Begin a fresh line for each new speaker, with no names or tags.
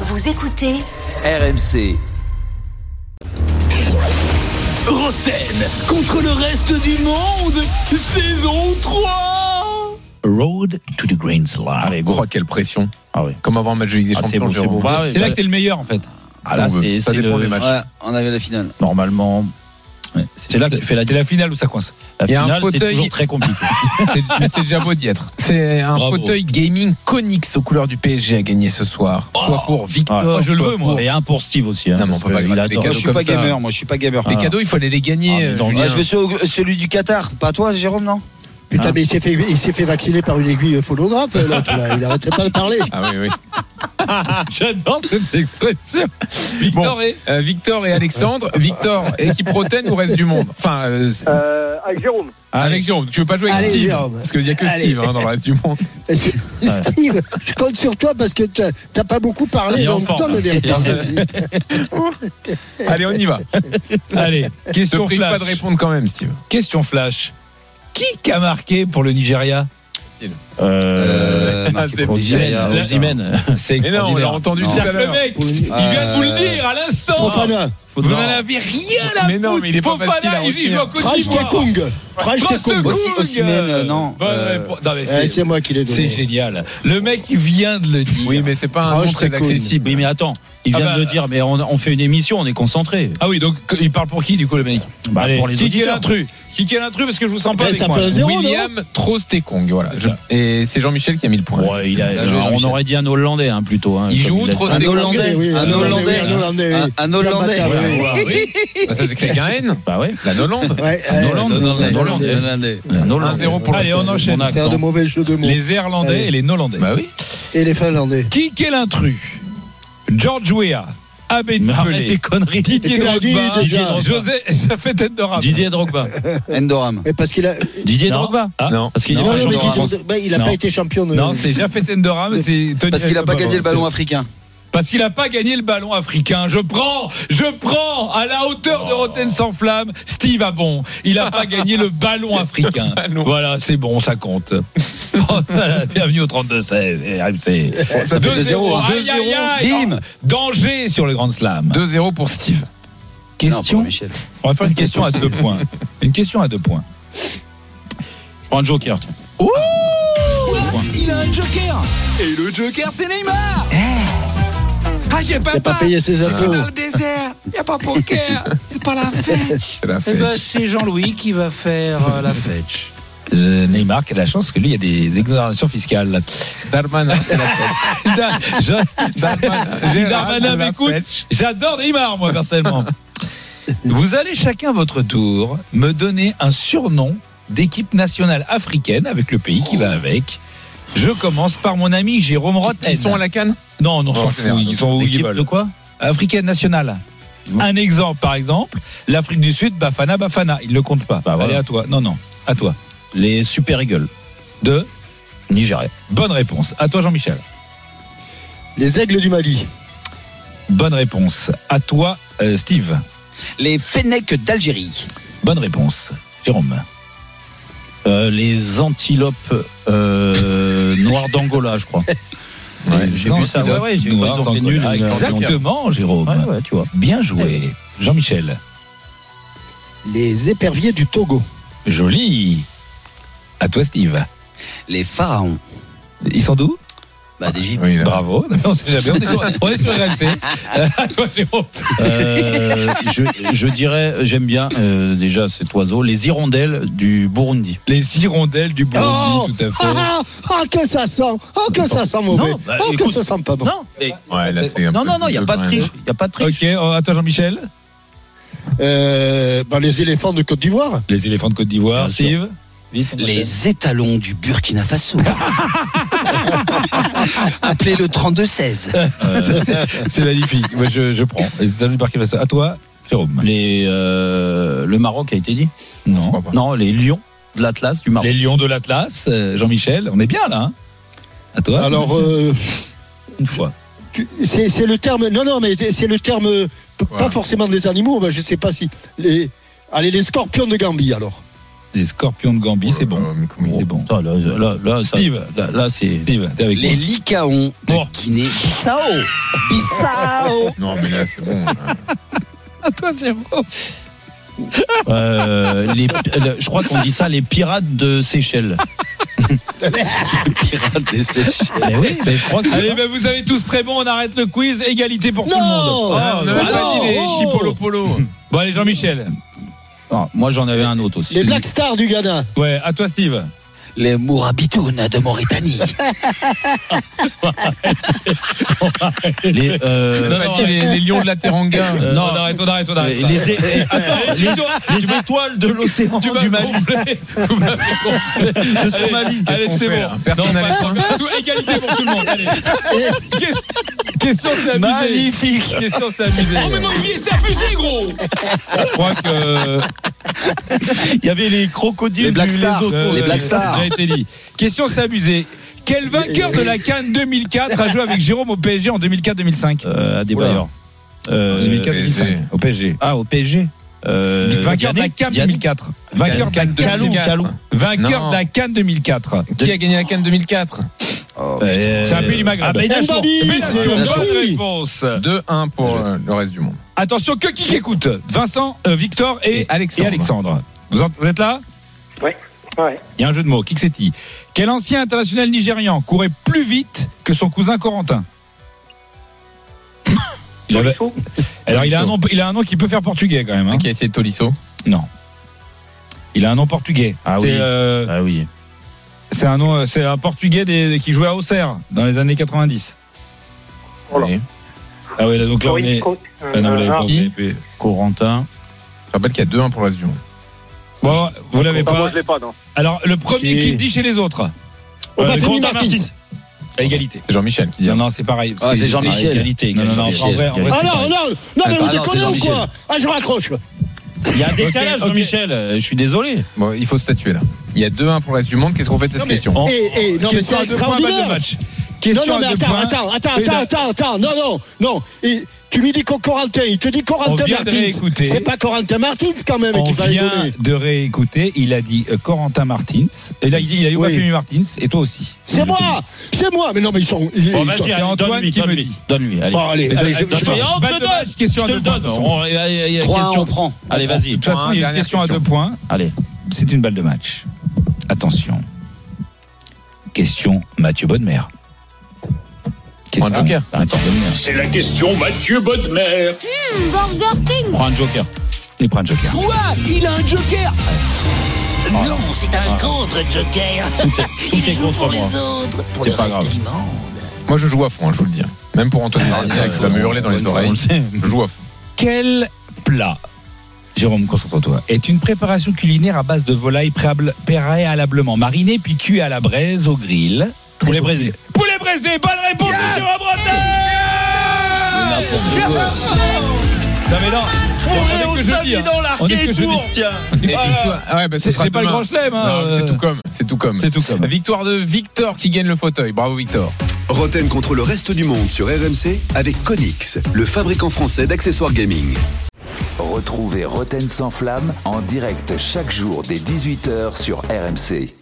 Vous écoutez
RMC. Roten contre le reste du monde, saison 3
Road to the Green Slam.
Allez, gros, quelle pression.
Ah oui.
Comme avant le match de Ligue des
Ah, c'est
Champions,
beau, c'est
Jérôme.
beau. Bah oui,
C'est là
bah-
que t'es le meilleur, en fait.
Ah là, c'est
ça
c'est
dépend
le-
des matchs.
Ouais, on avait la finale.
normalement.
C'est là que tu fais la, c'est la finale où ça coince.
La
Il y a un
finale, c'est
fauteuil.
toujours très compliqué.
C'est- mais C'est déjà beau d'y être. C'est un
Bravo.
fauteuil gaming Conix aux couleurs du PSG à gagner ce soir. Soit pour Victor.
Ouais,
moi, je le
soit
veux,
pour-
moi.
Et un pour Steve aussi. hein,
Ah, Non, mais on
parce
peut pas
que
gratter
il
les
adore.
Moi, je suis pas
comme ça.
gamer, moi je suis pas gamer.
Les
Ah.
cadeaux, il faut aller les
Ah, mais
gagner, euh,
dans-
Julien.
Ouais, je vais sur celui du Qatar, pas toi Jérôme non
Ah.
Putain, mais il s'est fait, il s'est fait vacciner par une aiguille phonographe, euh, l'autre, là. Il n'arrêtait pas de parler.
Ah oui, oui.
J'adore cette expression. Victor et.
Euh, Victor et Alexandre. Victor, équipe Roten ou reste du monde Enfin, euh, c'est-
avec Jérôme.
avec Jérôme. Tu veux pas jouer avec
Allez,
Steve
Jérôme.
Parce qu'il n'y a que
Allez.
Steve hein, dans le reste du monde.
Steve, je compte sur toi parce que t'as t'as pas beaucoup
Il
parlé
est en
dans le
forme,
temps,
là.
le
Il est en
dernier.
Allez, on y va.
Allez,
Ne
question
prive pas
flash.
de répondre quand même, Steve.
Question flash. Qui a marqué pour le Nigeria
Euh,
c'est
pour Osimhen,
bizarre.
Osimhen.
C'est
Mais non, on l'a entendu
Non.
tout à
Le
l'heure. Euh,
mec, il vient de vous le dire à l'instant.
Fofana,
Vous n'en avez rien à
Mais non,
foutre.
mais il est pas facile à
Fofana, il il joue en Côte
Trash
d'Ivoire.
Kakung. Trash
Trash de
Kakung.
Kung.
Aussi- Osimhen, euh, non.
Bonne
Euh,
réponse. Non, mais
Eh,
c'est-
C'est moi qui l'ai
C'est
donné.
génial. Le mec il vient de le dire.
Oui, mais c'est pas un
Trash
nom très
Tycoon.
accessible.
Oui, mais attends, il
Ah
vient
bah-
de le dire, mais on, on fait une émission, on est concentré.
Ah oui, donc il parle pour qui du coup le mec
Bah,
Allez,
pour les
qui qui est
auditeurs.
l'intrus Qui qui est l'intrus parce que je vous sens pas
Eh,
avec
ça
moi.
fait un zéro, non
William Trostekong, voilà.
C'est ça.
Je- Et c'est Jean-Michel qui a mis le point.
Ouais, il a-
Bien joué,
on
Jean-Michel.
aurait dit un Hollandais hein, plutôt. hein,
Il
comme
joue
l'a-
trop-
Un Hollandais,
Oui,
un Hollandais,
oui, un Hollandais, oui.
un- un Hollandais.
Bien bâtard, oui.
Ah, Ça s'écrit avec un N
Bah ouais.
La Hollande
Ouais,
Un
euh,
Hollandais.
Hollandais,
Un Hollandais.
Hollandais.
Un Hollandais.
1-0 pour
Allez,
le
on enchaîne.
Mon
Faire
accent.
de mauvais jeux de mots.
Les Irlandais
Allez.
et les Hollandais.
Bah oui.
Et les Finlandais.
Qui qui est l'intrus George Weah, Abed
Mais arrête tes
Pelé,
conneries.
Didier
Tu l'as dit,
Drogba,
déjà.
José, j'ai fait tête de rap.
Didier Drogba.
Endoram.
Mais parce qu'il a.
Didier
Non.
Drogba.
Ah.
Non.
Parce qu'il est
Non,
Non,
pas
non, mais
champion.
qu'ils ont- bah, il n'a
Non.
pas été champion. de-
Non, c'est Jafet Endoram, c'est Tony
Parce qu'il a pas
Adobaba.
gagné le ballon africain.
Parce qu'il n'a pas gagné le ballon africain. Je prends, je prends à la hauteur de Roten sans flamme, Steve a bon. Il n'a pas gagné le ballon africain. Voilà, c'est bon, ça compte. Oh, voilà, Bienvenue au 32-16. et RMC.
Ça fait 2-0. hein.
2-0. Aïe, aïe, aïe.
Bim
Danger sur le Grand Slam.
2-0 pour Steve.
Non, pour
Question.
Michel.
On va faire une question à deux points. Une question à deux points.
Je prends un Joker. tiens.
Il a un joker Et le joker, c'est Neymar Ah, j'ai
Eh. Il n'a pas payé ses impôts.
le désert, y a pas poker, c'est pas la fête.
C'est la
Eh
fête.
ben, c'est Jean-Louis qui va faire euh, la fête.
Euh, Neymar qui a de la chance que lui, il y a des exonérations fiscales.
Darmanin, c'est la fête.
Da- je-
Darmanin,
si
Gérard,
Darmanin
c'est la
m'écoute,
fête.
J'adore Neymar, moi, personnellement. Vous allez chacun votre tour me donner un surnom d'équipe nationale africaine avec le pays
Oh.
qui va avec. Je commence par mon ami Jérôme Rotten.
Ils sont à la canne
Non, non,
Oh,
s'en
génial.
fout, ils sont où ils
L'équipe
veulent.
de quoi
Africaine nationale. Un exemple, par exemple, l'Afrique du Sud, Bafana, Bafana. Il ne compte pas.
Bah, voilà.
Allez, à toi. Non, non, à toi.
Les Super Eagles.
Deux.
Nigeria.
Bonne réponse. À toi, Jean-Michel.
Les aigles du Mali.
Bonne réponse. À toi, euh, Steve.
Les Fennecs d'Algérie.
Bonne réponse. Jérôme.
Euh, les antilopes euh, noires d'Angola, je crois.
Ouais,
j'ai vu ça. Ouais, ouais, j'ai vu. Ils
Noir
ont fait
d'Angola.
nul. une-
Exactement, Jérôme.
Ouais, ouais, tu vois.
Bien joué. Jean-Michel.
Les éperviers du Togo.
Joli. À toi, Steve.
Les Pharaons.
Ils sont d'où
Bah, d'Égypte.
Oui, là.
Bravo. On sait jamais. On est sur, on est sur RMC. Euh, À toi, Jérôme.
Euh, je, je dirais, j'aime bien euh, déjà cet oiseau, les hirondelles du Burundi.
Les hirondelles du
Oh,
Burundi, tout à
ah,
fait.
ah, ah, que ça sent, oh que ça sent mauvais,
Non, bah,
oh que
écoute,
ça sent pas bon.
Non, mais-
Bah, Ouais, là, c'est un
non,
peu
non, non, il n'y a
de
pas de
grain,
triche. Il n'y a pas de triche.
Ok, oh, à toi, Jean-Michel.
Euh, bah, les éléphants de Côte d'Ivoire,
Les éléphants de Côte d'Ivoire.
Bien sûr.
Steve.
Les étalons du Burkina Faso. Appelez le 32-16.
Euh, C'est magnifique. Moi, je, je prends. Les éléphants du Burkina Faso. À toi, Jérôme.
Les, euh, le Maroc a été dit
Non.
crois pas.
Non, les lions de l'Atlas du Maroc.
Les lions de l'Atlas. euh, Jean-Michel. On est bien, là. hein à toi.
alors euh,
une fois.
tu- c'est c'est le terme, non, non, mais c'est c'est le terme, euh, p-
Ouais.
pas forcément des animaux, bah, je sais pas si, les, allez, les scorpions de Gambie alors.
des scorpions de Gambie, c'est
Oh,
bon. C'est bon.
Putain, là, là, là, ça-
Steve.
là, là, c'est.
Steve, t'es avec moi.
Les Licaons de
Bon.
Guinée-Bissau. Bissau.
Non, mais là, c'est bon.
Euh, les- le- je crois qu'on dit ça les pirates de Seychelles.
Pirates des Seychelles.
Mais Bah oui, mais je crois que c'est.
Allez,
ça.
ben, vous avez tous très bon, on arrête le quiz, égalité pour tout le monde.
Ah, on
non,
avait pas
non,
dit les
oh.
Chipolo Polo.
Bon, allez, Jean-Michel.
Ah, moi, j'en avais un autre aussi.
Les Black Stars du Ghana.
Ouais, à toi, Steve.
Les Mourabitounes de Mauritanie.
Les, euh,
On a pas dit les, les lions de la Teranga.
Euh,
non.
on arrête, on arrête, on arrête.
les, les-
Attends, attention,
les étoiles de l'océan
tu m'as
du Mali.
gonflé. Tu m'as gonflé.
De Somalie.
Allez,
Qu'est-ce qu'on
c'est
fait,
hein
bon.
là Personne
Non,
n'a
pas-
les points.
tout- égalité pour tout le monde. Allez. Qu'est- Question, c'est abusé.
Magnifique.
Question, c'est abusé.
Oh mais mon Dieu, c'est abusé gros
Je crois que
Il y avait les crocodiles,
Les Black
du
Stars.
Lesotho.
Les Black
j'ai
Stars.
Euh, déjà été dit. Question, c'est abusé. Quel vainqueur de la Cannes 2004 a joué avec Jérôme au PSG en 2004-2005
Euh, à des
Oula.
bailleurs.
En
Euh,
2004-2005 au PSG.
Ah, au PSG. Euh,
Vainqueur de la
Diané,
Cannes
Diané.
2004. Vainqueur de la
Cannes
Cannes
2004.
2004.
Calou.
Vainqueur
Non.
de la Cannes 2004.
Qui a gagné la Cannes 2004
Euh,
C'est un pays du Maghreb.
Ah, Benachour.
Mbappé,
Benachour,
c'est-
bonne
Oui.
réponse.
2-1 pour euh, le reste du monde.
Attention, que qui écoute Vincent, euh, Victor et,
Et Alexandre.
et Alexandre. Vous, en- vous êtes là
Ouais.
Il y a un jeu de mots. Qui que c'est-il Quel ancien international nigérian courait plus vite que son cousin Corentin il avait-
Tolisso
Alors il a, un nom, il a un nom qui peut faire portugais quand même. hein.
Qui a essayé Tolisso
Non. Il a un nom portugais.
Ah
c'est
oui.
euh,
Ah oui.
c'est un nom, euh, c'est un portugais des- qui jouait à Auxerre dans les années 90.
Voilà.
Oui.
Ah oui, là, donc là on est.
Tolisso.
Ah non, vous l'avez
Euh,
pas,
non.
vous l'avez pas.
Corentin.
Je rappelle qu'il y a 2-1 pour le reste du monde.
Bon, vous l'avez
Ah, Moi,
pas.
je l'ai pas, non.
Alors le premier qui le dit chez les autres.
On
Euh,
va finir
Corentin
Oh, bah, Martins.
Martins. À égalité.
C'est Jean-Michel qui dit.
Non, non, c'est pareil. parce
Ah,
que-
c'est Jean-Michel.
Égalité.
Non, non, non, en vrai, en vrai,
Ah
c'est pareil.
non, non, non, mais
Ah, bah
vous
non, c'est
déconnez ou
Jean-Michel.
quoi Ah, je raccroche.
Il y a un décalage,
ok.
Jean-Michel. Euh, Je suis désolé.
Bon, il faut statuer là. Il y a 2-1 pour le reste du monde. Qu'est-ce qu'on fait de cette
Non, mais-
question
Oh.
Eh, eh, non, mais
Question
c'est
à deux points, balle de
extraordinaire.
match.
Non,
Question
non, mais
à deux
attends,
points.
attends, attends,
Oui,
attends, attends, attends, non, non, non. Et tu lui dis qu'on Corentin, il te dit
On
Corentin
vient de
Martins.
l'écouter.
C'est pas Corentin Martins quand même
On
qu'il fallait
vient
donner.
de réécouter. Il a dit euh, Corentin Martins. Et là, il il a eu
Oui.
Femi Martins. Et toi aussi.
C'est moi, c'est moi. Mais non, mais ils sont. ils-
Bon,
ils
vas-y,
sont-
c'est
allez,
Antoine
donne-lui,
qui me
donne-lui.
dit.
Donne-lui. Allez.
Bon, allez, allez, je-
Attends,
je-
attends. Balle de match, question à
je te
deux
le
points,
donne.
de toute façon.
On- allez, allez, allez,
3
question.
on prend.
Allez, vas-y.
Ah, De toute façon, il y a une
Dernière
question à
question.
deux points.
Allez.
C'est une balle de match. Attention. Question Mathieu Bonnemer.
Prends un joker.
Attends, Bonnemer.
C'est la question Mathieu Bodmer.
Prends un joker.
Il prend un joker.
Quoi Il a un joker Non, c'est un
Ah.
contre-joker
est
Il joue
contre
pour
moi.
les autres, pour
C'est
le
pas grave.
reste du monde
Moi, je joue à fond, hein, je vous le dis. Même pour Anthony Martial, qui va me hurler dans les
On
oreilles.
le sait.
Je joue à fond.
Quel plat, Jérôme, concentre-toi, est une préparation culinaire à base de volaille préable- préalablement marinée puis cuit à la braise au grill
Poulet braisé.
Poulet braisé, bonne réponse de Jérôme Bretagne Non mais non, on est que jeudi, hein. On est que jeudi.
Et victoire- ah ouais, bah, ce
C'est
sera
c'est pas le
demain.
grand chelem, hein,
Non,
euh,
C'est tout comme. C'est tout comme.
C'est tout comme.
Victoire de Victor qui gagne le fauteuil. Bravo Victor.
Roten contre le reste du monde sur RMC avec Conix, le fabricant français d'accessoires gaming.
Retrouvez Roten sans flamme en direct chaque jour dès 18h sur RMC.